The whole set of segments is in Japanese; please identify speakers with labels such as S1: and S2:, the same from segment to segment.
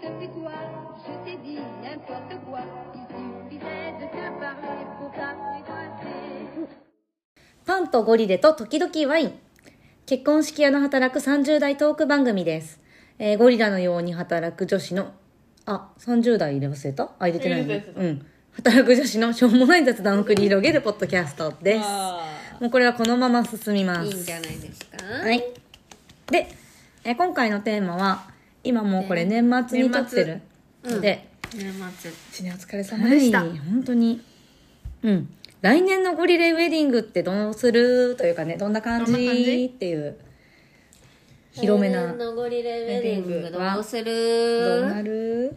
S1: toi, je t'ai dit n'importe quoi. Il suffisait de te parler pour t'apprivoiser.
S2: パンとゴリレと時々ワイン。結婚式屋の働く30代トーク番組です。えーゴリラのように働く女子の、あ、30代入れ忘れたあ、入れてない
S3: 入れ
S2: ね
S3: て。た
S2: う
S3: 入
S2: ん。働く女子のしょうもない雑談を繰り広げるポッドキャストです。
S3: あ
S2: もうこれはこのまま進みます。
S1: いいんじゃないですか
S2: はい。で、えー今回のテーマは、今もうこれ年末に撮ってる。
S1: 年末うん
S2: で、
S1: 年末。
S3: 一年お疲れ様でした。
S2: はい、本当に。うん。来年のゴリレウェディングってどうするというかね、どんな感じ
S3: どんな感じ
S2: っていう、広めな。
S1: 来年
S2: ど
S1: のゴリレウェディングどうす
S2: うな
S1: る
S2: る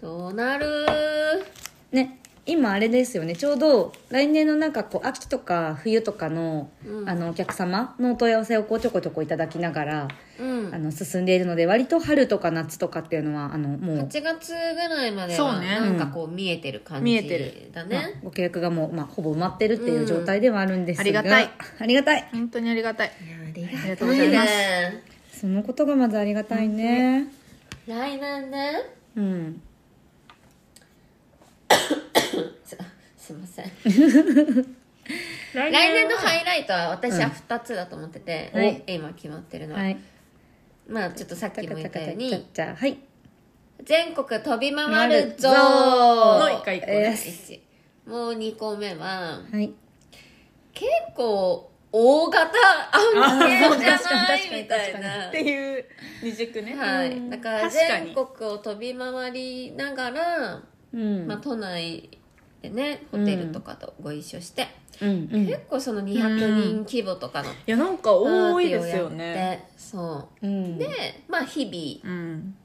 S1: どうなる
S2: ね、今あれですよね、ちょうど来年のなんかこう、秋とか冬とかの、
S1: うん
S2: あの、お客様のお問い合わせをこう、ちょこちょこいただきながら、
S1: うん
S2: あ。の、進んでいるので、割と春とか夏とかっていうのは、あの、もう、
S1: 8月ぐらいまで
S3: そ
S1: は
S3: うね
S1: なんかこう見えてる感じ
S3: 見えてる
S1: だ
S2: まあ
S1: ね。
S2: ご契約がもう、まあ、ほぼ埋まってるっていう状態ではあるんですが、
S3: うんありがたい。
S2: ありがたい。
S3: 本当にありがたい。
S1: いやあり
S3: ありが
S1: が
S3: とうご
S1: た
S3: ざ
S1: い
S3: います。
S1: ね。
S2: そのことがまずありがたいね。
S1: 来年ね、
S2: うん。
S1: すすいません。
S3: 来
S1: 来年のハイライトは私は2つだと思ってて、
S2: うんはい
S1: 今決まってるのは、
S2: はい。
S1: まあちょっとさっきも言ったように
S2: じゃあ、はい。
S1: 全国飛び回るぞ
S3: の一回行こう
S1: えー一もう2個目は
S2: はい。
S1: 結構大型案
S2: あそ
S1: 件
S2: う
S1: じゃ
S2: 確かに確
S1: な
S2: かに確か
S1: い
S2: に
S1: みたいな
S3: っていう二軸ね。
S1: はいだから
S3: 確か
S1: 全
S3: に
S1: 国を飛び回りながら、
S2: うん。
S1: まあ、都内でねホテルとかとご一緒して、
S2: うん、うん。
S1: 結構その200人規模とかの
S3: いやなんか
S1: パー
S3: 多い
S1: ティー
S3: で
S1: を
S3: す
S1: や
S3: よ
S1: って、
S3: ね。
S1: そう
S2: うん。
S1: でまあ日々
S3: うん。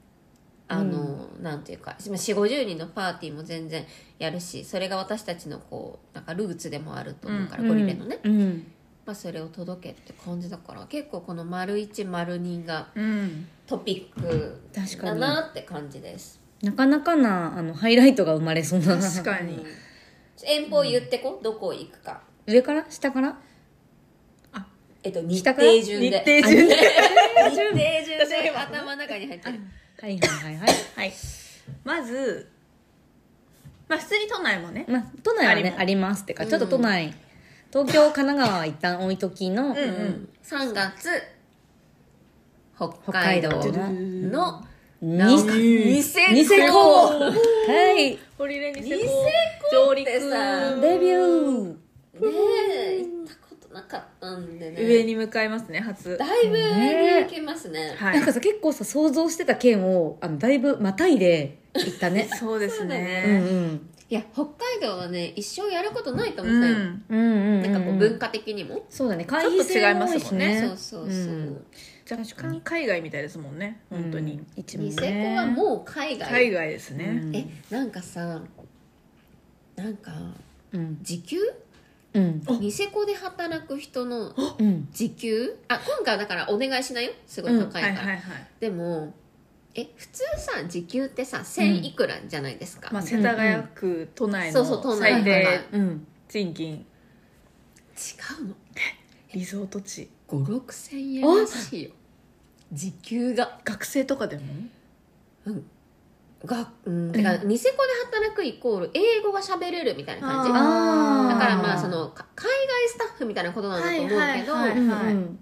S1: あの、なんていうか4 5 0人のパーティーも全然やるしそれが私たちのこうなんかルーツでもあると思うから、
S2: うん
S1: ゴリレのね、
S2: うん。
S1: まあ、それを届けって感じだから結構この「丸一丸二が
S3: うん。
S1: トピック
S2: 確か
S1: だ
S2: に。
S1: なって感じです
S2: なかなかな、あの、ハイライトが生まれそうな。
S3: 確かに。
S1: 遠方言ってこ、どこ行くか
S2: 上から下から
S1: えっと日
S2: 下
S1: 程
S2: から
S1: 順で
S3: 日程順で
S1: あ日程順で頭の中に入ってる
S2: はいはいはいはい。
S3: はい。まず、まあ普通に都内もね。
S2: まあ、都内はね、あ
S3: あ
S2: りますってか、ちょっと都内、東京、神奈川は一旦置いときの、
S3: うん
S1: 3月北海道
S2: 北海
S1: の
S2: に、
S1: ニセ
S2: ニセコ
S1: コ
S2: はい。
S3: ホリレニセ
S1: ニセ
S3: コ
S1: コ
S3: 上
S1: って
S3: 陸
S1: さ
S2: デビュー。
S1: ねえ行ったことなかったんでね
S3: 上に向かいますね、初。
S1: だいぶ上に行きますね
S3: は
S2: なん
S3: い。
S2: か。さ、結構さ、想像してた県を、あの、だいぶまたいで行ったね
S3: そうですね。
S2: うんうん。
S1: いや北海道はね一生やることないと思
S3: う
S1: ったよ、
S3: ん。
S2: うんうん、
S1: なんかこう文化的にも、
S2: そうだね会費制も多いしね
S1: そうそうそう、
S2: ん
S3: 若干海外みたいですもんね、本当に。
S2: 一部ね
S1: ニセコはもう海外
S3: 海外ですね。
S2: うん
S1: えなんかさなんか
S2: うん
S1: 時給
S2: うん
S1: ニセコで働く人の
S2: うん
S1: 時給あ今回はだからお願いしないよすごい
S2: うん
S1: 高いから、
S3: はいはいはい。
S1: でもえ普通さ時給ってさ1000いくらじゃないですか、
S3: まあ、世田谷区都内
S1: そうそう都
S3: の
S1: 内
S3: 最
S1: は
S3: 低
S1: い
S2: うん
S3: 賃金
S1: 違うの
S3: リゾート地
S1: 56000円らしいよ時給が
S3: 学生とかでも
S1: が、うん、てかニセコで働くイコール英語が喋れるみたいな感じ
S3: あ
S1: だ
S2: あー
S1: からまあそのか海外スタッフみたいなことなんだと思うけど、
S3: はい
S2: うん
S3: はい
S2: うん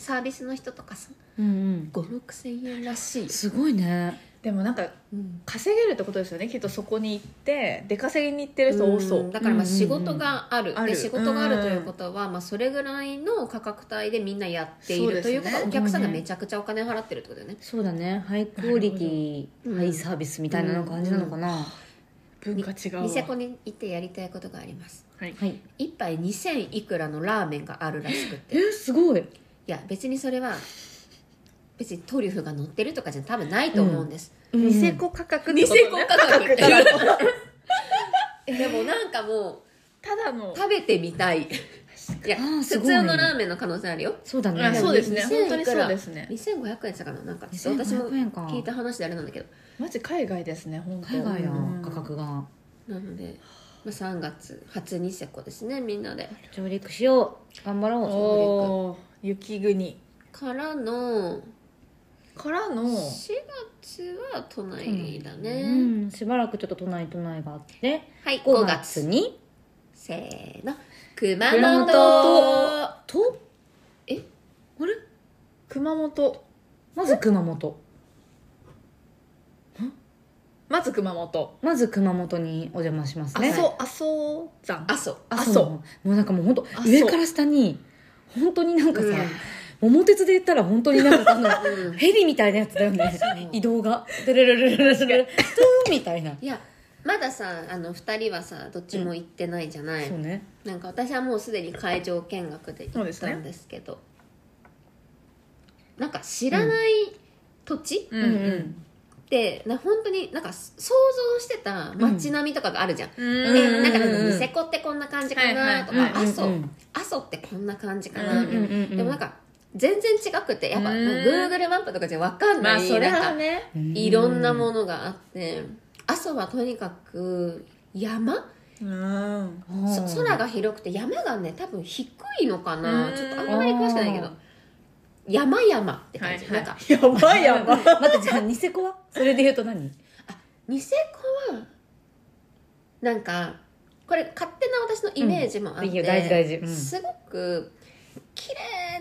S1: サービスの人とかさ
S2: うんうん
S1: 56000円らしいよ、
S2: すごいね
S3: でもなんか
S1: うん
S3: 稼げるってことですよねきっとそこに行って出稼ぎに行ってる人多そう、
S1: んだからまあ
S2: うんうんうん
S1: 仕事がある、
S3: あ
S1: で
S3: る
S1: 仕事があるということは、まあ、それぐらいの価格帯でみんなやってい
S3: そう
S1: る、
S3: です
S1: と
S3: ね
S1: いうことはお客さんがめちゃくちゃお金払ってるってことだよね
S2: そうだねハイクオリティ
S1: なるほど
S2: ハイサービスみたいな感じなのかな
S3: 文化違うわ
S1: ニセコに行ってやりたいことがあります
S3: はい
S2: はい
S1: 一杯2000いくらのラーメンがあるらしくてい
S2: えすごい
S1: や別にそれは別にトリュフが乗ってるとかじゃ多分ないと思うんです、
S3: ニセコ価格ってことね
S1: ニセコ価格
S3: っていうの
S1: でもなんかも
S3: ただの
S1: う食べてみたいいや
S2: あー
S1: 普
S2: す
S1: 通
S2: ごい
S1: のラーメンの可能性あるよ
S2: そうだ
S3: あ
S2: ね
S3: そうですね
S1: 2000
S3: 本当にそうです
S1: 2500
S3: ね
S1: 円したかななんかちょっと私も
S2: 2500円か
S1: 聞いた話であれなんだけど
S3: マジ海外ですね本当
S2: 海外
S3: う
S2: の
S3: ん
S2: 価格が
S1: なので、まあ、3月初ニセコですねみんなで
S2: 上陸しよう頑張ろ
S3: おー雪国
S1: からの
S3: からの
S1: 4月は都内だね、
S2: うん、しばらくちょっと都内都内があって
S1: はい5
S2: 5
S1: 月
S2: 月に
S1: せーの熊
S2: 熊
S1: 本
S2: 本と
S3: あれ熊本
S2: まず熊本
S3: まず熊本
S2: まず熊本にお邪魔します
S3: 阿
S2: ね
S3: 蘇阿蘇山
S1: 阿蘇
S2: あ
S3: 阿
S2: そ
S3: 蘇
S2: うもうなんかもう本当
S3: あそう
S2: 上から下に本当になんかさ、桃鉄で言ったら本当になんかあの
S1: うんうん
S2: ヘリみたいなやつだよね
S1: う
S2: 移動がルルルルルルルルトゥーンみたいない
S1: やまださあの2人はさどっちも行ってないじゃない、
S2: そうね
S1: なんか私はもうすでに会場見学で行ったんですけどなんか知らない土地
S3: うんうん
S1: って、な本当になんか想像してた街並みとかがあるじゃん、
S3: うん
S1: で
S2: うん
S1: なんかなんかニセコってこんな感じかなとか、
S3: はいはい
S1: 阿蘇、
S2: うんうん
S1: 阿蘇ってこんな感じかな、
S3: うんうん
S2: うんうん
S1: でもなんか全然違くてやっぱ
S3: うん
S1: Google マップとかじゃ分かん
S3: ま
S1: ない、
S3: あそれ
S1: なん
S3: は
S1: か
S3: ね
S1: いろんな
S2: の
S1: ものがあって阿蘇はとにかく山
S3: うん
S1: そ空が広くて山がね多分低いのかな
S3: うん
S1: ちょっとあんまり詳しくないけど
S2: あー
S1: 山々って感じ、
S3: はいはい
S1: なんか
S3: やばいやばい
S2: 待ってじゃあニセコはそれで言うと何
S1: ニセコはなんかこれ勝手な私のイメージもあって、
S2: うんいいよ大事大事うん
S1: すごく綺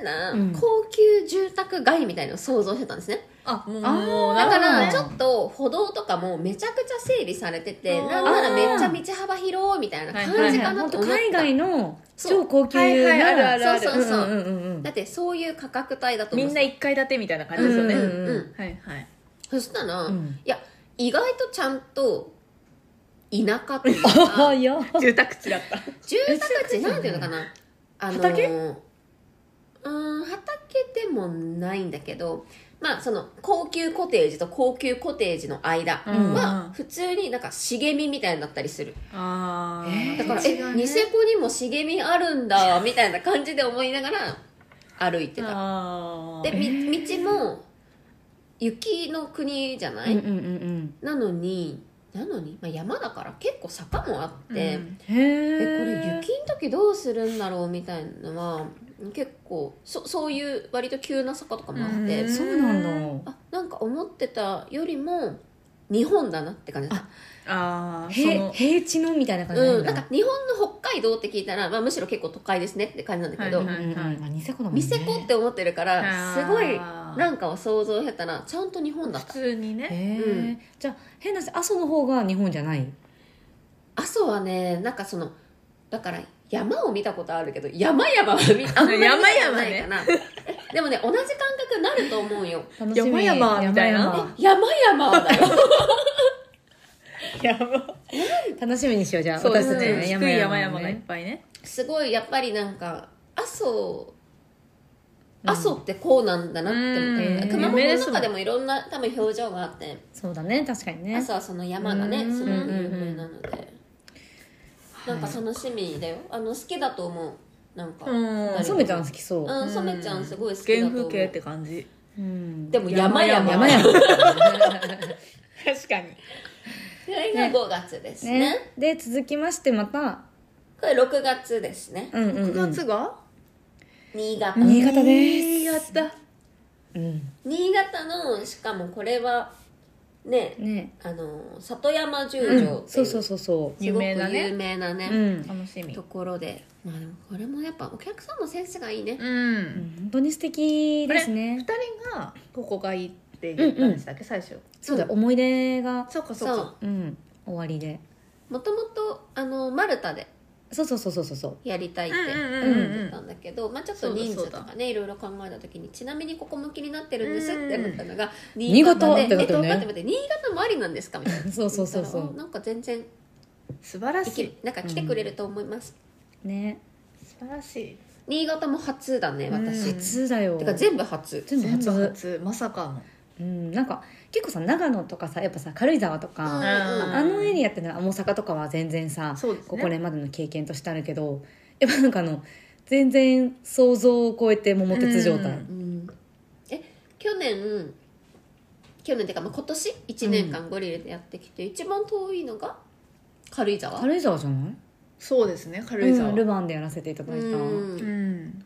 S1: 麗な
S2: うん
S1: 高級住宅街みたいなのを想像してたんですね、
S3: あ
S2: あ
S3: もう
S2: ー
S1: だか
S2: なるほどね
S1: らちょっと歩道とかもめちゃくちゃ整備されてて
S3: あー
S1: なんならめっちゃ道幅広いみたいな感じかな
S2: 本
S1: と
S2: 当
S1: 思った、
S2: 海外の
S1: そう
S2: 超高級な
S3: はいはいあるあるある
S1: そうそうそう、
S2: んうんうん
S1: だってそういう価格帯だと
S3: み
S1: 思うんん
S3: な
S1: ですよ
S3: 一階建てみたいな感じですよね、
S2: うん
S1: うんうん
S3: はいはい
S1: そしたら、
S2: うん
S1: いや意外とちゃんと田舎というか
S2: あいや
S3: 住宅地だった
S1: 住宅地なんていうのかなあの
S3: 畑
S1: うん畑でもないんだけどまあその高級コテージと高級コテージの間
S2: うん
S1: は普通になんか茂みみたいになったりする
S3: ああ、
S2: ー
S1: だから「
S2: 違
S1: えニセコにも茂みあるんだ」みたいな感じで思いながら歩いてた
S3: あ
S1: でみ道も雪の国じゃな
S2: う
S1: い、
S2: んうんうん
S1: なのになのに、まあ、山だから結構坂もあっ
S2: う
S1: て、
S2: んへ
S1: えこ
S2: え
S1: れ雪の時どうするんだろうみたいなのは結構そそういう割と急な坂とかもあって、
S3: うん
S2: そうなんだ
S1: あなんか思ってたよりも日本だなって感じだった
S3: ああそ
S2: へ
S3: の
S2: 平地のみたいな感じ
S1: うん、
S2: な
S1: なんん
S2: だ
S1: か日本の北海道って聞いたら、まあ、むしろ結構都会ですねって感じなんだけど、
S3: は
S2: うん
S3: いはい
S2: うんうんあニセコだもん
S1: ニ
S2: ね
S1: セコって思ってるから
S3: あ
S1: す
S3: ー
S1: ごいなんかを想像してたらちゃんと日本だっ
S3: 普
S1: た
S3: 通にね
S2: へえ、
S1: うん
S2: じゃあ変な話阿蘇の方が日本じゃない
S1: 阿蘇はねなんかそのだから山を見たことあるけど山々は見あんまり見たことないかな、え でもね同じ感覚になると思うよ
S2: 楽
S3: しみ山々みたいな
S2: 山々
S1: 山々だよ
S3: やば
S2: 楽しみにしようじゃあ
S3: そうです
S1: 私たちの
S3: ね
S1: ね
S3: 低い山々がいっぱいね
S1: すごいやっぱりなんか阿蘇
S2: うん
S1: 阿蘇ってこうなんだなって思って、
S2: うん
S1: 熊
S3: 有名
S1: 本
S3: で
S1: の
S3: すも
S1: 中
S3: ん
S1: でもいろんな多分表情があって
S2: そうだね確かにね
S1: 阿蘇はその山がね
S2: うん
S1: すごく有名なので、なんか楽しみだよあの好きだと思うなんか
S3: うん
S1: 二人とも
S2: あそうめちゃん好きそう、
S1: うん染めちゃんすごい好きだと
S3: 原
S1: 思う
S3: 風景って感じ
S2: うん
S1: で
S2: も
S1: も山々
S2: 山々
S3: 確かに
S1: これが5月ですね
S2: ねで続きましてまた
S1: これ6月ですね
S2: うんうん、
S3: 9
S2: うん、
S3: 月が
S1: 新潟
S2: 新潟です
S3: 新潟
S2: うん
S1: 新潟のしかもこれはね
S2: ね
S1: あの里山十条っていう、
S2: うんそうそうそうそ
S1: すごく
S3: 有名なね
S1: 有名な
S2: う
S1: ね
S2: うん
S3: 楽しみ
S1: ところでまあでもこれもやっぱお客さんのセンスがいいね
S3: うん
S2: 本当に素敵です
S3: 二
S2: ね
S3: 人がここがいいって言ったんでしたっけ最初
S2: そうだよ思い出が
S3: そうかそ
S1: そうう
S3: か
S2: うん終わりで
S1: もともとあのマルタで
S2: そうそうそうそうそうそう
S1: やりたいって
S3: うんうん
S2: うんうん
S1: 思ってたんだけど、まあ、ちょっと人数と
S3: そうだ
S1: かねいろいろ考えた時にちなみにここ向きになってるんですって思ったのが
S2: 新潟
S1: で
S2: ってこ
S1: えっと
S2: とね
S1: 待って待って新潟もありなんですかみたいな
S2: そうそうそうそ
S1: 言ったらあ
S2: う
S1: なんか全然
S3: 素晴ら
S1: で
S3: し
S1: き
S3: い
S1: るなんか来てくれると思います、
S2: ね
S3: 素晴らしい
S1: 新潟も初だね私、
S3: うん
S2: 初だよ
S1: てか全部初
S2: 全部初
S3: 全部初まさかの
S2: うんなんか結構さ長野とかさやっぱさ軽井沢と
S1: うん
S2: か、
S1: うん
S2: あのエリアってのは大阪とかは全然さ、
S3: そうですね
S2: ここれまでの経験としてあるけどやっぱなんかあの全然想像を超えて桃鉄状態、
S3: うん
S1: うんえ去年去年っていうか、まあ、今年1年間ゴリラでやってきて、一番遠いのが軽井沢
S2: 軽井沢じゃない
S3: そうですね軽井
S2: う
S3: 沢
S2: んルヴァンでやらせていただいた、
S1: う
S3: うんん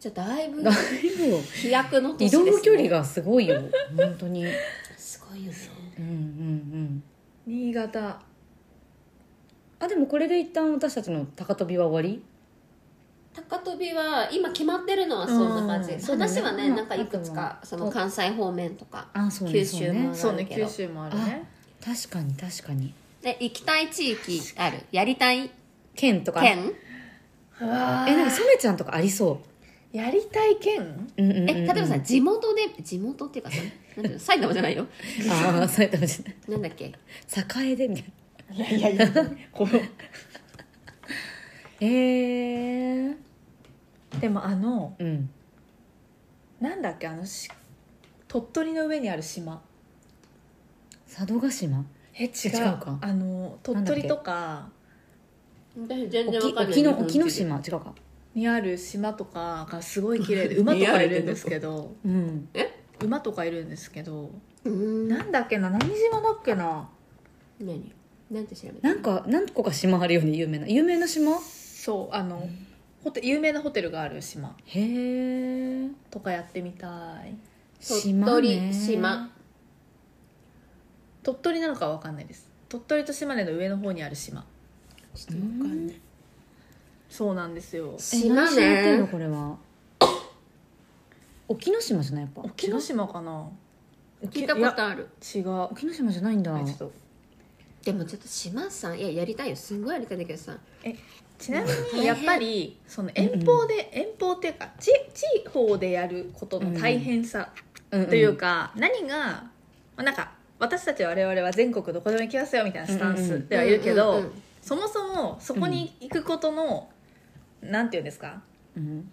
S1: じゃあだいぶ
S2: だいぶよ
S1: 飛躍の
S2: 移
S1: 年です、ね、
S2: 動距離がすごいよ本当に
S1: すごいよね
S2: うんうん
S3: 新潟
S2: うんあでもこれで一旦私たちの高飛びは終わり
S1: 高飛びは今決まってるのはそんな感じ、
S2: うんそうだね
S1: 話はね
S2: まあ
S1: なんかいくつか
S2: あとは
S1: その関西方面とか
S2: あそうね
S1: 九州も
S3: そうね
S1: あるけど
S3: 九州もあるね
S2: 確かに確かに
S1: で行きたい地域あるやりたい
S2: 県とかえ
S1: 県
S3: え
S2: なんか染ちゃんとかありそ
S3: やりたい県
S2: う,、うんうんうんうん、
S1: え例えば さ地元で地元っていうかさなんて いうの埼玉じゃないよ
S2: ああ埼玉じゃない
S1: なんだっけ
S2: 栄でみたいない
S3: やいやい やこう
S2: えー、
S3: でもあの
S2: うん
S3: なんだっけあのし鳥取の上にある島
S2: 佐渡島
S3: え違う
S2: 違うか
S3: あの鳥取とか
S1: 私全然わ
S2: 沖
S1: かんない
S2: 沖の沖の島違うか
S3: にある島とかがすごい綺麗 で馬とかいるんですけど
S2: うん
S3: 馬とかいるんですけど
S1: うーん
S3: なんだっけな何島だっけな
S1: 何なんて調べた
S2: なんか何個か島あるよね有名な有名な島
S3: そうあのホテ有名なホテルがある島
S2: へえ
S3: とかやってみたい
S1: 鳥取島
S3: 鳥取なのかは分かんないです鳥取と島根の上の方にある島
S1: ちょっとわかんない
S3: そうなんですよ
S1: 島
S2: え何っていうの
S1: ね
S2: これは 沖ノ島じゃないやっぱ
S3: 沖ノ島かな
S1: 聞いたことある
S3: 違うあ
S2: 沖ノ島じゃないんだ
S3: ちょっと
S1: でもちょっと島さんいややりたいよすごいやりたいんだけどさ
S3: ちなみにやっぱりその遠方で遠方っていうか地地方でやることの大変さというか何がまあなんか私たち我々は全国どこでも行きますよみたいなスタンスではいる
S1: うん
S3: け
S1: うん
S3: ど
S1: うん
S3: そもそもそこに行くことのなんていうんですか
S2: うん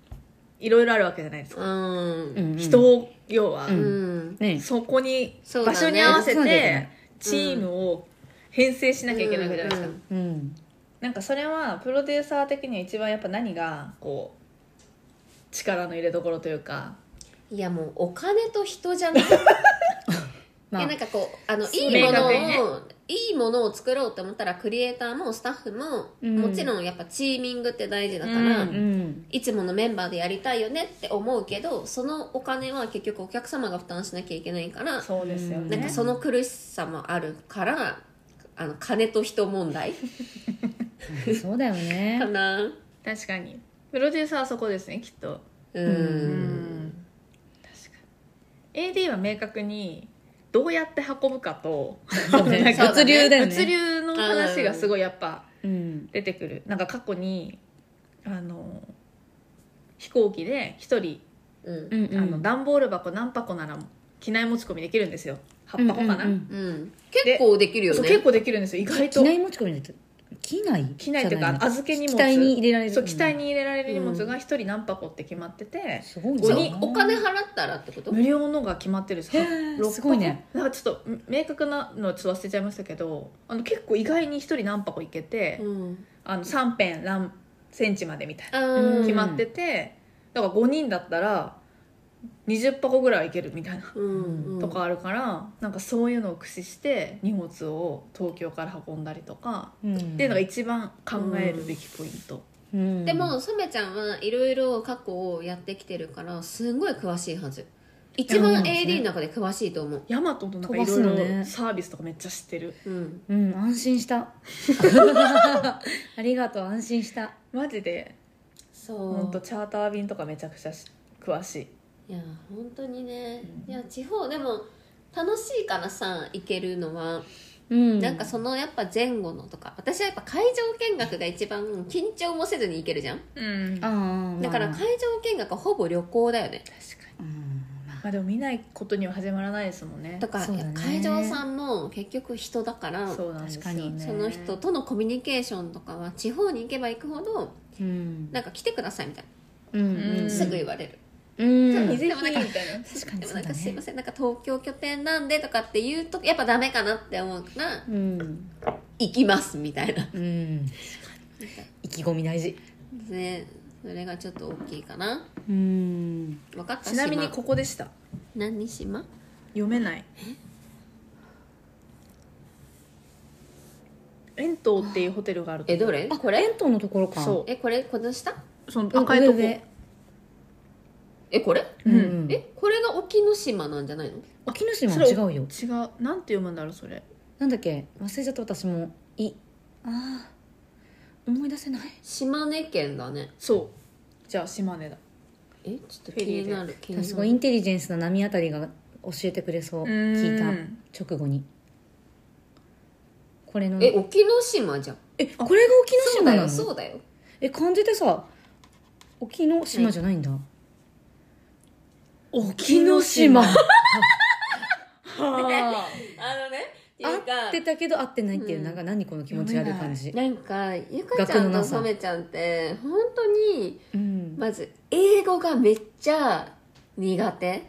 S3: いろいろあるわけじゃないです
S1: う
S3: か
S1: ん
S2: うんうん
S3: 人を要は
S2: う
S1: うん
S2: ね
S3: そこに
S1: そうだ
S3: 場
S1: ね
S3: 所に合わせ
S2: そうだよ
S3: て
S2: ね
S3: チームを編成しなきゃいけないわけじゃないですか
S2: うん
S3: なんかそれはプロデューサー的には一番やっぱ何がこう力の入れどころというか
S1: いやもうお金と人じゃない
S2: ま
S1: い
S2: あ
S1: やなんかこうあの
S3: そう
S1: いいものを、
S3: 明確にね
S1: いいものを作ろうと思ったらクリエイターもスタッフも、
S2: うん
S1: もちろんやっぱチーミングって大事だから、
S3: う
S2: うん
S1: いつものメンバーでやりたいよねって思うけどそのお金は結局お客様が負担しなきゃいけないから、
S3: そうですよ
S2: う
S3: ね
S1: なんかその苦しさもあるからあの金と人問題
S2: そうだよ
S1: か
S2: ね
S1: なう
S3: 確かにプロデューサーはそこですねきっと
S1: ー
S3: うん確かに AD は明確にどうやって運ぶかと
S2: そうね
S1: そう
S2: 物
S1: だね
S2: 流だよね
S3: 物流の話がすごいやっぱ
S2: うん
S3: 出てくるなんか過去にあの飛行機で一人
S1: うん
S2: うんうん
S3: あの段ボール箱何箱なら機内持ち込みできるんですよ8箱かな、
S2: うんうんうん
S1: うん結構できるよ
S3: そう
S1: ね
S3: 結構できるんですよ意外と
S2: 機内持ち込みで機内
S3: 機内っていう
S2: じゃな
S3: か
S2: の
S3: 預け荷
S2: 機
S3: 物
S2: 体に入れられる
S3: そう機体に入れられる荷物が一人何箱って決まってて、
S2: すごい
S1: そう
S3: 五人
S1: お金払ったらってこと
S3: 無料のが決まってるんです
S2: へ
S3: よ
S2: ー
S3: 六箱
S2: すごいね
S3: なんかちょっと明確なのちょっと忘れちゃいましたけどあの結構意外に一人何箱いけて、
S1: うん
S3: あの3辺何センチまでみたいな
S1: あー
S2: うん
S3: 決まってて、だから5人だったら20箱ぐらいはいけるみたいな、
S1: うんうん
S3: とかあるからなんかそういうのを駆使して荷物を東京から運んだりとか、っていうのが一番考えるべきポイント、
S2: うん
S1: でもサメちゃんはいろいろ過去をやってきてるからすごい詳しいはず一
S2: いやそうな
S1: 番
S2: んです
S1: AD
S2: ね
S1: の中で詳しいと思う、
S3: ヤマトのなんかい
S2: 飛ば
S3: ろ
S2: す
S3: い
S2: のね
S3: ろサービスとかめっちゃ知ってる
S1: うん、
S2: うん安心したありがとう安心した
S3: マジで
S1: そう
S3: ほんとチャーター便とかめちゃくちゃし詳しい
S1: いや本当にね、いや地方でも楽しいからさ行けるのは、
S2: うん
S1: なんかそのやっぱ前後のとか私はやっぱ会場見学が一番緊張もせずに行けるじゃん
S3: うん
S2: あ
S3: 確か
S2: ーまあ
S1: だから
S2: まあ
S1: 会場見学はほぼ旅行だよね
S3: に
S2: うんまあ
S3: まあでも見ないことには始まらないですもんね
S1: だから
S2: そうだね
S1: 会場さんも結局人だから
S3: そうなんですよ
S2: 確かに
S3: ね
S1: その人とのコミュニケーションとかは地方に行けば行くほど
S2: うん
S1: なんか来てくださいみたいな、
S2: うん
S3: うん
S1: すぐ言われる
S2: うん
S1: そう
S3: ぜひ
S1: でもなんか
S3: みたいな
S2: 確かに
S1: でも
S2: そ
S1: な
S2: うんだ
S1: かすいま
S2: ね
S1: せんなんか東京拠点なんでとかって言うとやっぱダメかなって思うから
S2: うん
S1: 行きますみたいな
S2: うん意気込み大事
S1: ねそれがちょっと大きいかな
S2: うん
S1: 分かった
S3: ちなみに
S1: 島
S3: ここでした
S1: 何島
S3: 読めない円東っていうホテルがあると
S1: えどれこ
S2: テ
S1: れ
S2: ントのところか
S3: そ
S1: えこれこの下
S3: うその
S2: うん
S3: 赤いとこ
S2: 上上
S1: えこれ
S3: うん
S1: えこれが沖ノ島なんじゃないの
S2: 沖ノ島は違うよ
S3: 違うなんて読むんだろうそれ
S2: なんだっけ忘れちゃった私もいあー思い出せない
S1: 島根県だね
S3: そうじゃあ島根だ
S1: えちょっと気になる気になる
S2: すごいインテリジェンスな波あたりが教えてくれそう聞いた直後にこれの
S1: え沖ノ島じゃん
S2: えこれが沖ノ
S1: そう
S2: 島
S1: だ
S2: な
S1: よそ
S2: の
S1: うだよ
S2: え漢字でさ沖ノ島じゃないんだ、沖ノ島
S3: は
S1: あのねって
S2: 合
S1: いう
S2: って
S1: か
S2: たけど合ってないっていう、
S1: うん
S2: なんか何この気持ち悪い感じ
S1: なんかゆかち
S2: 額
S1: ゃ
S2: の
S1: んと
S2: なさ
S1: 染めちゃんって本当に
S2: うん、
S1: まず英語がめっちゃ苦手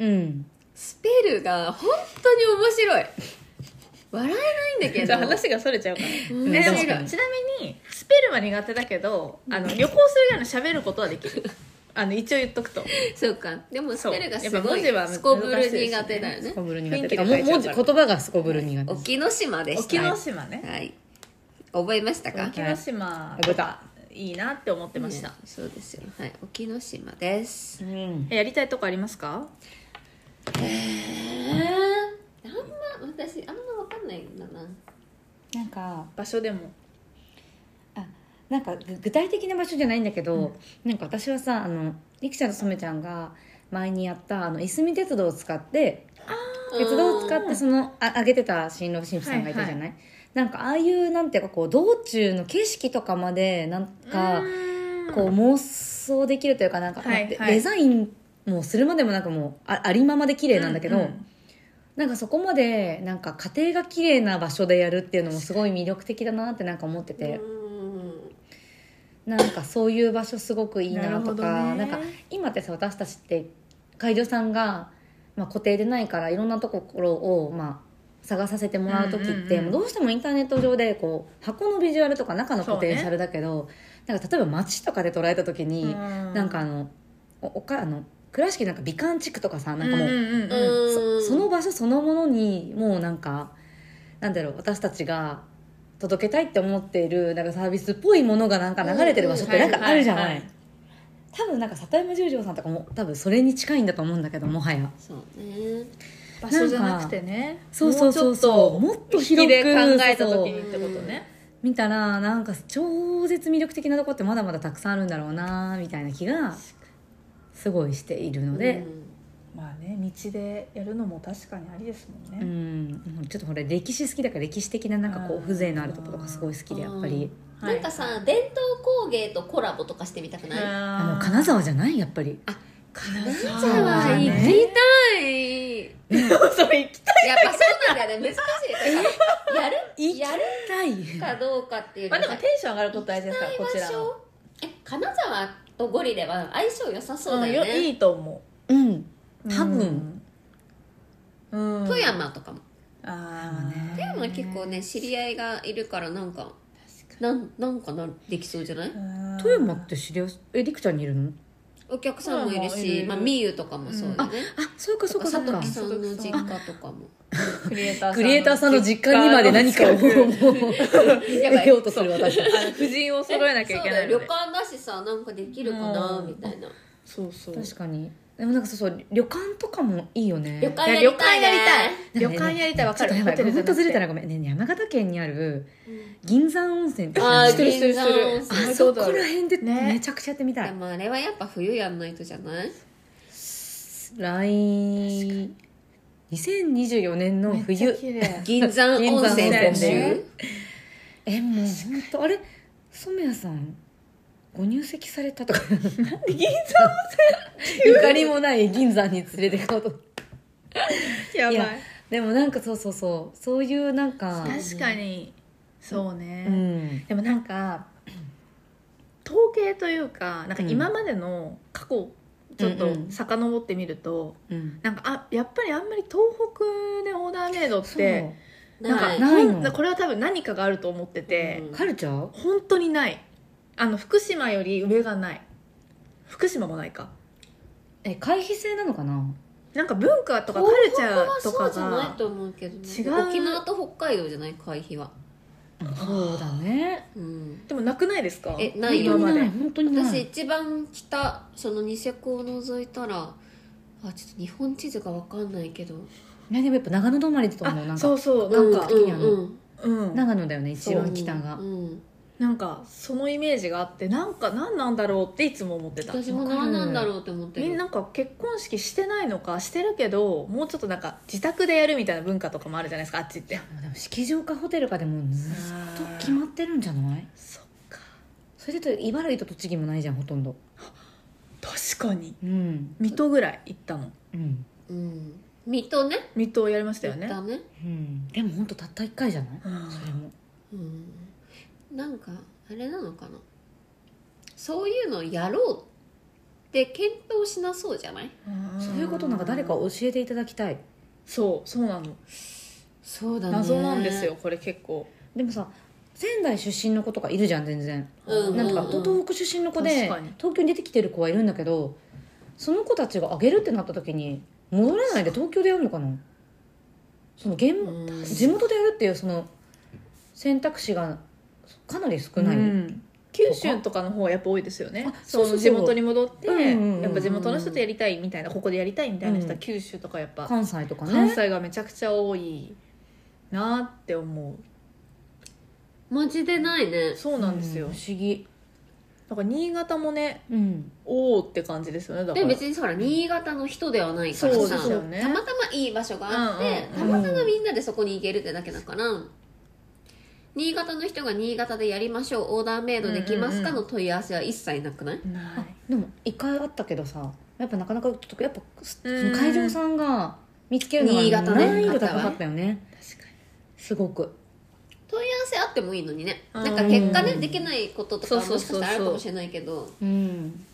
S2: うん、
S1: スペルが本当に面白い笑えないんだけ
S3: ち
S1: ど
S3: ょっと話がそれちゃうから
S1: 面
S3: えで
S1: 白い
S3: もち
S2: 確
S3: な
S2: かに
S3: みにスペルは苦手だけどあの旅行するような喋ることはできるあの一応言っとくと
S1: そうかでもスペルがす
S3: そう
S1: ご
S3: やっぱ文
S1: い
S3: 字は
S1: すこぶる苦手だよ
S2: す
S1: ね
S2: こぶる苦手
S3: 雰囲気
S2: てか
S3: で
S2: もう
S3: 書いちゃ
S2: 文
S3: う
S2: 字
S3: か
S2: 言
S3: ら
S2: 葉がすこぶる苦手
S1: 沖ノ島でした
S3: 沖ノ島ね
S1: はい覚えましたか
S3: 沖ノ島
S2: 覚えた
S3: いいなって思ってました
S1: ね、そうですよはい沖ノ島です
S2: うん
S3: えやりたいとこありますか
S1: えあんま私あんまわかんないんだな
S2: なんか
S3: 場所でも
S2: なんかぐ具体的な場所じゃないんだけど、なんか私はさあのリキちゃんと染ちゃんが前にやったあのいすみ鉄道を使って鉄道を使ってそのあ上げてた新郎新婦さんがいたじゃない、なんかああいうなんていうかこう道中の景色とかまでなんかこう妄想できるというかなんか、
S3: はい
S2: なんて
S3: はい
S2: デザインもするまでもなんかもうあありままで綺麗なんだけど、
S3: ううん
S2: なんかそこまでなんか家庭が綺麗な場所でやるっていうのもすごい魅力的だなってなんか思ってて。
S1: うん
S2: なんかそういう場所すごくいい
S3: なる
S2: な
S3: ほ
S2: と
S3: ど
S2: か
S3: ね
S2: なんか今ってさ私たちって会場さんが、まあ、固定でないからいろんなところを、まあ、探させてもらう時って、
S3: うんうんうん
S2: もうどうしてもインターネット上でこう箱のビジュアルとか中のポテンシャルだけど、なんか例えば街とかで捉えた時に、なんかあのおおかあの倉敷なんか美観地区とかさなんかもう、
S3: うんうんうんうん
S1: う
S2: そ
S1: ん
S2: その場所そのものにもうなんかなんだろう私たちが届けたいって思っているなんかサービスっぽいものがなんか流れてる場所ってなんかあるじゃない、
S3: はいはいはい
S2: 多分なんか里山十条さんとかも多分それに近いんだと思うんだけどもはや
S1: そうね
S3: 場所じゃなくてね
S2: そうそうそうそう
S3: も
S2: もっと
S3: うちょ
S2: 広
S3: っと引きで
S2: く
S3: 考えた時に
S2: そう
S3: ってことね
S2: 見たらなんか超絶魅力的なとこってまだまだたくさんあるんだろうなみたいな気がすごいしているので、
S3: まあね道でやるのも確かにありですもんね、
S2: うんちょっとほら歴史好きだから歴史的ななんかこ
S3: あ
S2: う
S3: ー
S2: 風情のあるところがすごい好きでやっぱり
S1: うんなんかさ伝統工芸とコラボとかしてみたくない
S2: あも
S3: あ
S2: う金沢じゃないやっぱり
S3: 金
S1: 金
S2: 沢
S1: 沢行き
S2: ね
S1: たい
S3: それ行き
S1: やっ
S3: たい
S1: ぱそうなんだよね難しいやるやる
S2: たい
S1: かどうかっていう
S3: ま
S1: の
S3: あ
S1: が
S3: でもテンション上がること大事ですからこちらの
S1: え金沢とゴリレは相性良さそうだ
S3: ん
S1: よ
S3: よ
S1: ね、
S3: いいと思
S2: うん
S3: う
S2: 多分
S3: うんうん
S1: 富山とかも
S3: ああね
S1: 富山結構ね知り合いがいるからなんかなんなんかなできそうじゃない
S3: うん
S2: 富山って知り合いえりくちゃんにいるの
S1: お客さんもいる
S3: 富山もい
S1: し
S3: る
S1: まあみゆとかもそうだね、
S2: あそうか
S1: とか
S2: そう
S1: 佐
S2: か
S1: 藤さんの実家とかも
S3: クリエイターさん
S2: クリエイターさんの実家にまで何かを
S1: やば
S2: 得
S1: い
S2: ようとする私
S3: あの婦人を揃えなきゃいけないの
S1: そうだよ旅館
S3: で
S1: だしさなんかできるかな
S3: うん
S1: みたいな
S3: そうそう
S2: 確かにでもなんかそうそう旅館とかもいいよね
S1: 旅館
S3: いや
S1: や
S3: 旅
S1: り
S3: 館
S1: たい,、ね、
S3: やりたい
S2: ね
S3: 旅館やりたいわ
S2: ちょ
S3: か
S2: っと
S3: る
S2: やばいほんとずれたら
S3: い
S2: ごめんねね山形県にある
S1: うん
S2: 銀山温泉って
S1: あ
S2: 知
S1: ー
S2: ってる
S1: 銀山温泉
S2: あ
S1: 聞い
S2: そこら辺で
S3: ね
S2: めちゃくちゃやってみた
S1: で
S2: い、
S1: もあれはやっぱ冬やんないとじゃない
S2: 来2024年の
S3: 冬
S2: 冬
S3: 綺麗
S1: 銀山温泉
S2: 銀山温
S1: 募
S2: 泉
S1: 集
S2: ねえもう本当あれ染谷さんご入籍されたとか
S3: 銀
S2: ゆかりもない銀山に連れてこうと
S3: 座
S2: い
S3: や
S2: や
S3: ばい
S2: でもなんかそうそうそうそういうなんか
S3: 確かにそうね、
S2: うん
S3: でもなんか統計というかなんか
S2: うん
S3: 今までの過去をちょっ
S2: うん
S3: と
S2: うん
S3: 遡ってみると、
S2: うん
S3: なんかあやっぱりあんまり東北でオーダーメイドっ
S2: そう
S3: てなんか
S1: ない
S2: ない
S3: ほん
S2: の
S3: これは多分何かがあると思ってて、
S1: うん
S2: カルチャー
S3: 本当にないあの福島より上がない福島もないか
S2: え回避性なのかな
S3: なんか文化とかカルチャーとか
S1: 東北はそうじゃない
S3: が
S1: と思うけど、ね、
S3: 違う
S1: 沖縄と北海道じゃない会費は
S2: そうだね
S1: うん
S3: でもなくないですか
S1: えない
S3: 今
S1: よ
S2: 本当
S3: ま
S2: に
S3: で
S2: ない本当にない
S1: 私一番北そのニセコを除いたらあちょっと日本地図が分かんないけど
S2: いやでもやっぱ長野止まりだと思うなん
S3: あ
S2: か
S3: そうそう
S1: う
S3: なん
S1: ん
S3: か
S1: う
S2: 的
S1: ん
S2: にはね
S1: うん
S3: うん
S2: 長野だよね一番北が
S1: うん
S3: なんかそのイメージがあってなんか何なんだろうっていつも思ってた
S1: 私も何なんだろうって思ってる
S3: みんななんか結婚式してないのかしてるけどもうちょっとなんか自宅でやるみたいな文化とかもあるじゃないですかあっちって
S2: でも式場かホテルかでもずっと決まってるんじゃない
S3: そっか
S2: それで言うと茨城と栃木もないじゃんほとんど
S3: 確かに
S2: うん
S3: 水戸ぐらい行ったの
S2: うん、
S1: うん水戸ね
S3: 水戸やりましたよ
S1: 行っ
S3: ね
S1: たね
S2: うん、でも本当たった1回じゃない
S3: うん
S2: それも
S1: うんなんかあれなのかなそういうのをやろうって検討しなそうじゃない
S2: そういうことなんか誰か教えていただきたい
S3: そうそうなの
S1: そうだね
S3: 謎なんですよこれ結構
S2: でもさ仙台出身の子とかいるじゃん全然
S1: うん
S2: なんか
S1: うんうん
S2: 東北出身の子で
S3: 確かに
S2: 東京に出てきてる子はいるんだけどその子たちがあげるってなった時に戻れないで東京でやるのかなその現
S1: うん
S2: 地元でやるっていうその選択肢がかなり少ない、
S3: うん九州とかの方はやっぱ多いですよね
S2: あ
S3: そ
S2: そうそうそう
S3: の地元に戻って、
S2: うんうんうん
S3: やっぱ地元の人とやりたいみたいなここでやりたいみたいな人
S2: う
S3: は
S2: ん
S3: 九州とかやっぱ
S2: 関西とかね
S3: 関西がめちゃくちゃ多いなって思
S1: マジでないね
S3: うそうなんですよ、
S2: うん不思議
S3: なんか新潟もね
S2: うん
S3: おおって感じですよねだか
S1: で
S3: ら
S1: 別にほら新潟の人ではないから
S3: そう
S1: さ
S3: ですよね
S1: たまたまいい場所があって、
S3: うん
S2: うんうん
S1: たまたまみんなでそこに行けるってだけだから、新潟の人が新潟でやりましょうオーダーメイドできますか
S3: うんうん
S1: の問い合わせは一切なくない、
S3: な
S2: あ
S3: い
S2: でも一回あったけどさやっぱなかなかちょっとやっぱそ
S3: うん
S2: の会場さんが見つけるの
S1: 新
S2: が
S1: 潟ね
S2: 難易度高かったよね
S3: 確か
S2: すごく
S1: 問い合わせあってもいいのにね
S3: うん
S1: なんか結果ねできないこととか
S3: そう
S1: も
S3: そう
S1: しか
S3: そ
S1: し
S3: うそう
S1: たらあるかもしれないけど
S2: うん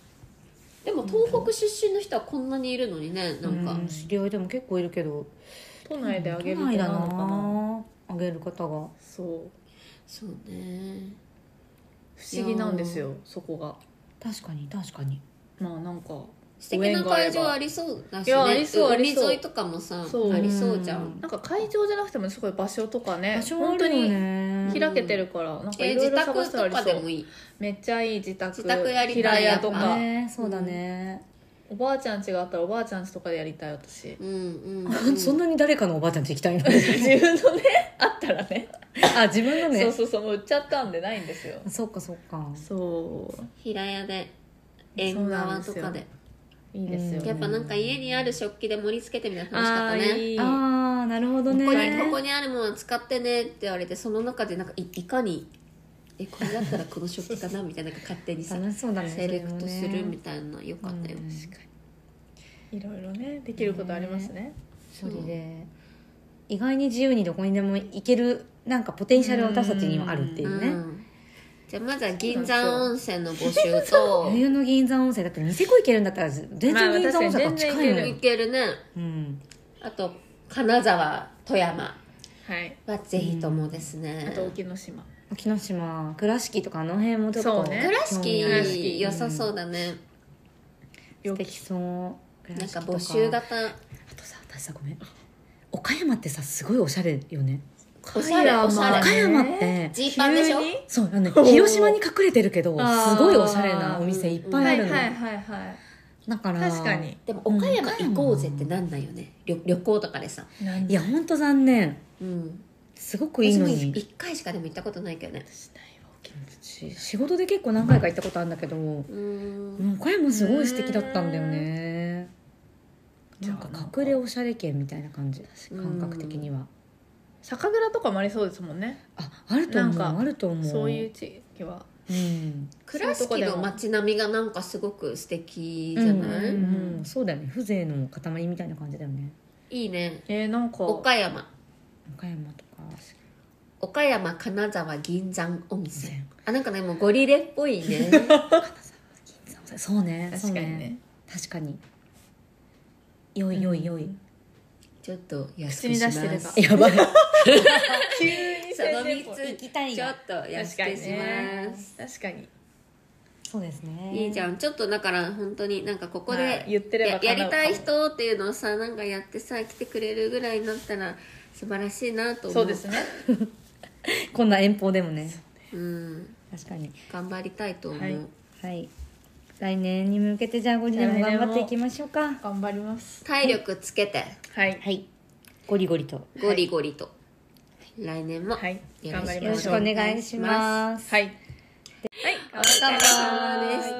S1: でも東北出身の人はこんなにいるのにねなんか
S2: う知り合いでも結構いるけど
S3: に都内であげる
S2: 都
S3: と
S2: 内
S3: な
S2: だ
S3: のかな
S2: なあげる方が
S3: そう
S1: そうね
S3: 不思議なんですよそこが
S2: 確かに確かに
S3: まあなんか
S1: 素敵な会場ありそうだしね
S3: いやありそうありそう
S1: 海沿いとかもさ
S3: そう
S1: ありそうじゃん
S3: なんか会場じゃなくてもすごい場所とかね
S2: 場所はあるよね
S3: 開けてるからなんか
S1: えー
S3: いろ
S1: 自
S3: いろ探
S1: 宅
S3: したらあ
S1: と
S3: り
S1: か
S3: そ
S1: で
S3: う
S1: もいい
S3: めっちゃいい自宅
S1: 自宅やりたい
S3: 平屋とか、
S2: ねそうだね
S3: おばあちゃん家があったらおばあちゃん家とかでやりた い私
S1: うんうんう
S2: あ
S1: ん
S2: そんなに誰かのおばあちゃんち行きたいの
S3: 自分のね あったらね
S2: あ自分のね
S3: そうそうそうもう売っちゃったんでないんですよ
S2: そうかそうか
S3: そう
S1: 平屋で縁側と
S3: そうな
S1: か
S3: んで
S1: です
S3: いいですよ、
S2: うん
S1: やっぱなんか家にある食器で盛り付けてみたいな楽しかったね
S3: いい
S2: ああなるほどね
S1: ここにここにあるものを使ってねって言われてその中でなんかいいかにえこれだったらこの食器かなみたいななんか勝手に さ
S2: 楽しそうだね
S1: セレクトするみ
S2: た
S1: たいなのよかったよ、
S2: うん
S3: 確かにいろいろねできることありますね
S2: それで意外に自由にどこにでも行けるなんかポテンシャルは私たちにはあるっていううんね、
S1: じゃあまずは銀山温泉の募集と
S2: 冬の銀山温泉だってニセコ行けるんだったら全
S3: まあ
S2: 然銀山温泉が
S3: 確か
S2: 近
S3: に
S2: いの
S1: 行
S2: よ、
S1: けるね
S2: うん、
S1: あと金沢富山
S3: はい
S1: はぜひともです
S3: あ
S1: ね、
S3: と沖ノ島
S2: 沖ノ島倉敷とかあの辺もちょっと
S3: そうね
S2: 興
S1: 倉
S2: 味ある
S1: 敷良さそうだね、
S2: 素敵そう
S1: な
S2: 倉
S1: んか
S2: 敷と
S1: 募集型
S2: あとさ私さごめん岡山ってさすごいおしゃれよね
S1: おしゃれおしゃれ
S2: 岡山って
S1: ジーパンでしょ
S3: 急に
S2: そうあのね
S3: おー
S2: 広島に隠れてるけど
S3: あー
S2: すごいおしゃれなお店いっぱいあるの、
S3: はいはいはいはい
S2: だから
S3: 確かに
S1: でも岡山行こうぜってなんないよね、旅旅行とかでさ
S2: いやほんと残念
S1: うん
S2: すごくいい
S1: 私
S2: の
S1: も
S2: に
S1: 1回しかでも行ったことないけどね
S3: しないわ沖
S2: し仕事で結構何回か行ったことあるんだけど、
S1: うーん
S2: もう岡山すごい素敵だったんだよね
S3: うん
S2: なんか隠れおしゃれ県みたいな感じ感覚的には
S3: 酒蔵とかもありそうですもんね、
S2: ああると思
S3: なん
S2: う
S3: か
S2: あると思う
S3: そういう地域は
S2: うん、
S1: 倉敷の街並みがなんかすごく素敵じゃない、
S2: うんうん
S3: うん
S2: そうだよね風情の塊みたいな感じだよね
S1: いいね
S3: えー、なんか
S1: 岡山
S2: 岡山とか
S1: 岡山金沢銀山温泉
S2: 全
S1: あなんかねもうゴリレっぽい ね
S2: 部そうね
S3: 確かにね
S2: そう確かによいよいよい、
S1: ちょっと安
S3: 口
S1: く
S3: に
S1: しま
S3: 出してれば
S1: す
S2: やばい
S3: 急に
S1: その3
S2: 行き
S1: つ
S2: たい
S1: ちょ
S2: よ
S1: っと安くします、
S3: 確かに
S2: そうですね
S1: いいじゃんちょっとだから本当になんかここで、
S3: はい言ってれば
S1: ややりたい
S3: 叶うかも
S1: 人っていうのをさなんかやってさ来てくれるぐらいになったら素晴らしいなと思う
S3: そうですね
S2: こんな遠方でもね
S1: うん
S2: 確かに
S1: 頑張りたいと思う、
S3: はい
S2: はい来年に向けてじゃあゴリラも頑張っていきましょうか
S3: 頑張ります
S1: 体力つけて
S3: はい
S2: はいゴリゴリとよ
S1: ゴリゴリと、来年も
S3: はい
S1: よろしく
S3: 頑張り
S2: ろ
S3: ま
S2: し
S3: し
S2: く
S3: ょう
S2: お願いします
S3: はいはいお疲れ
S1: 様でした